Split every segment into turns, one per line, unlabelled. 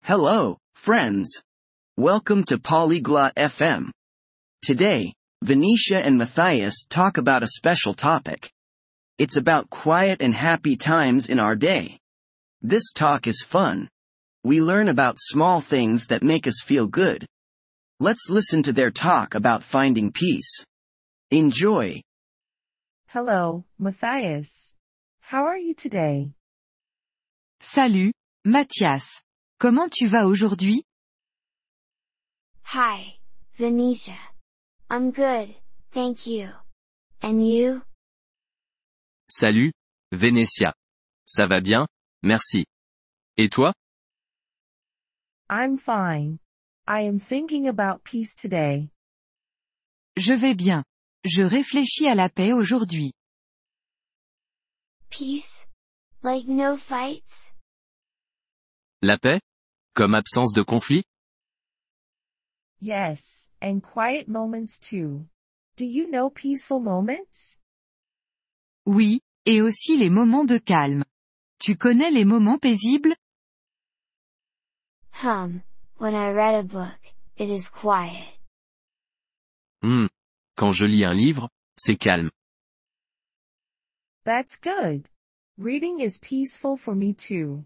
Hello, friends. Welcome to Polyglot FM. Today, Venetia and Matthias talk about a special topic. It's about quiet and happy times in our day. This talk is fun. We learn about small things that make us feel good. Let's listen to their talk about finding peace. Enjoy.
Hello, Matthias. How are you today?
Salut, Mathias. Comment tu vas aujourd'hui
Hi, Venetia. I'm good, thank you. And you?
Salut, Vénétia. Ça va bien, merci. Et toi
I'm fine. I am thinking about peace today.
Je vais bien. Je réfléchis à la paix aujourd'hui.
Peace? Like no fights?
La paix Comme absence de conflit
Yes, and quiet moments too. Do you know peaceful moments?
Oui, et aussi les moments de calme. Tu connais les moments paisibles
Hum, when I read a book, it is quiet.
Hmm. Quand je lis un livre, c'est calme.
That's good. Reading is peaceful for me too.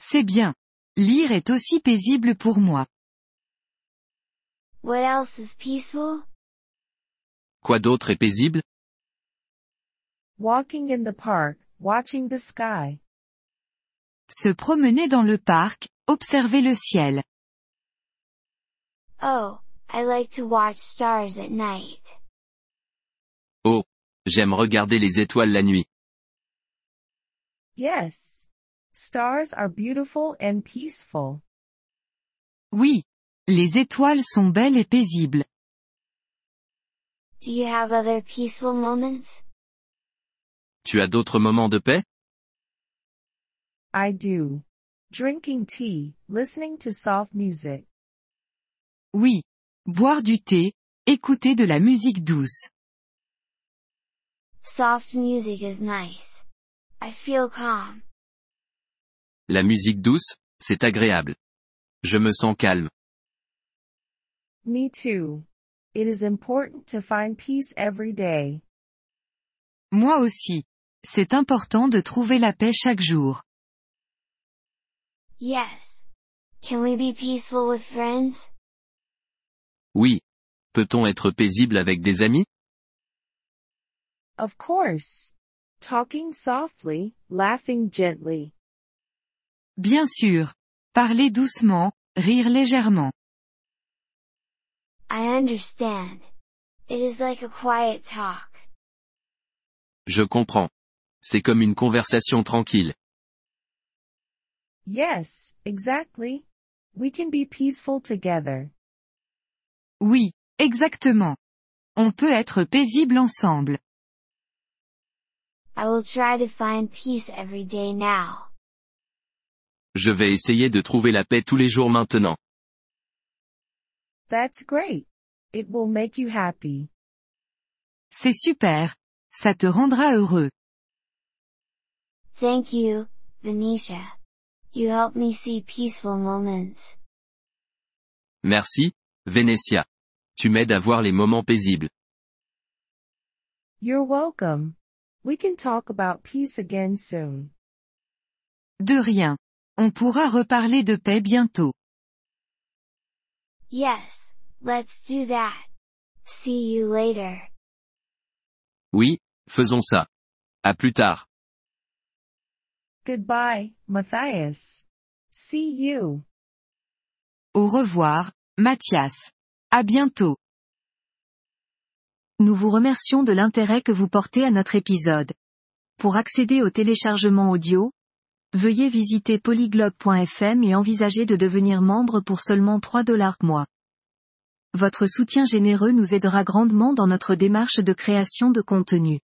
C'est bien. Lire est aussi paisible pour moi.
What else is peaceful?
Quoi d'autre est paisible
Walking in the park, watching the sky.
Se promener dans le parc, observer le ciel.
Oh, I like to watch stars at night.
J'aime regarder les étoiles la nuit.
Yes. Stars are beautiful and peaceful.
Oui. Les étoiles sont belles et paisibles.
Do you have other peaceful moments?
Tu as d'autres moments de paix
I do. Drinking tea, listening to soft music.
Oui. Boire du thé, écouter de la musique douce.
Soft music is nice. I feel calm.
La musique douce, c'est agréable. Je me sens calme.
Me too. It is important to find peace every day.
Moi aussi. C'est important de trouver la paix chaque jour.
Yes. Can we be peaceful with friends?
Oui. Peut-on être paisible avec des amis
Of course. Talking softly, laughing gently.
Bien sûr. Parler doucement, rire légèrement.
I understand. It is like a quiet talk.
Je comprends. C'est comme une conversation tranquille.
Yes, exactly. We can be peaceful together.
Oui, exactement. On peut être paisible ensemble.
I will try to find peace every day now.
Je vais essayer de trouver la paix tous les jours maintenant.
That's great. It will make you happy.
C'est super. Ça te rendra heureux.
Thank you, Venetia. You help me see peaceful moments.
Merci, Vénétia. Tu m'aides à voir les moments paisibles.
You're welcome. We can talk about peace again soon.
De rien. On pourra reparler de paix bientôt.
Yes, let's do that. See you later.
Oui, faisons ça. À plus tard.
Goodbye, Matthias. See you.
Au revoir, Mathias. À bientôt. Nous vous remercions de l'intérêt que vous portez à notre épisode. Pour accéder au téléchargement audio, veuillez visiter polyglobe.fm et envisager de devenir membre pour seulement 3 dollars mois. Votre soutien généreux nous aidera grandement dans notre démarche de création de contenu.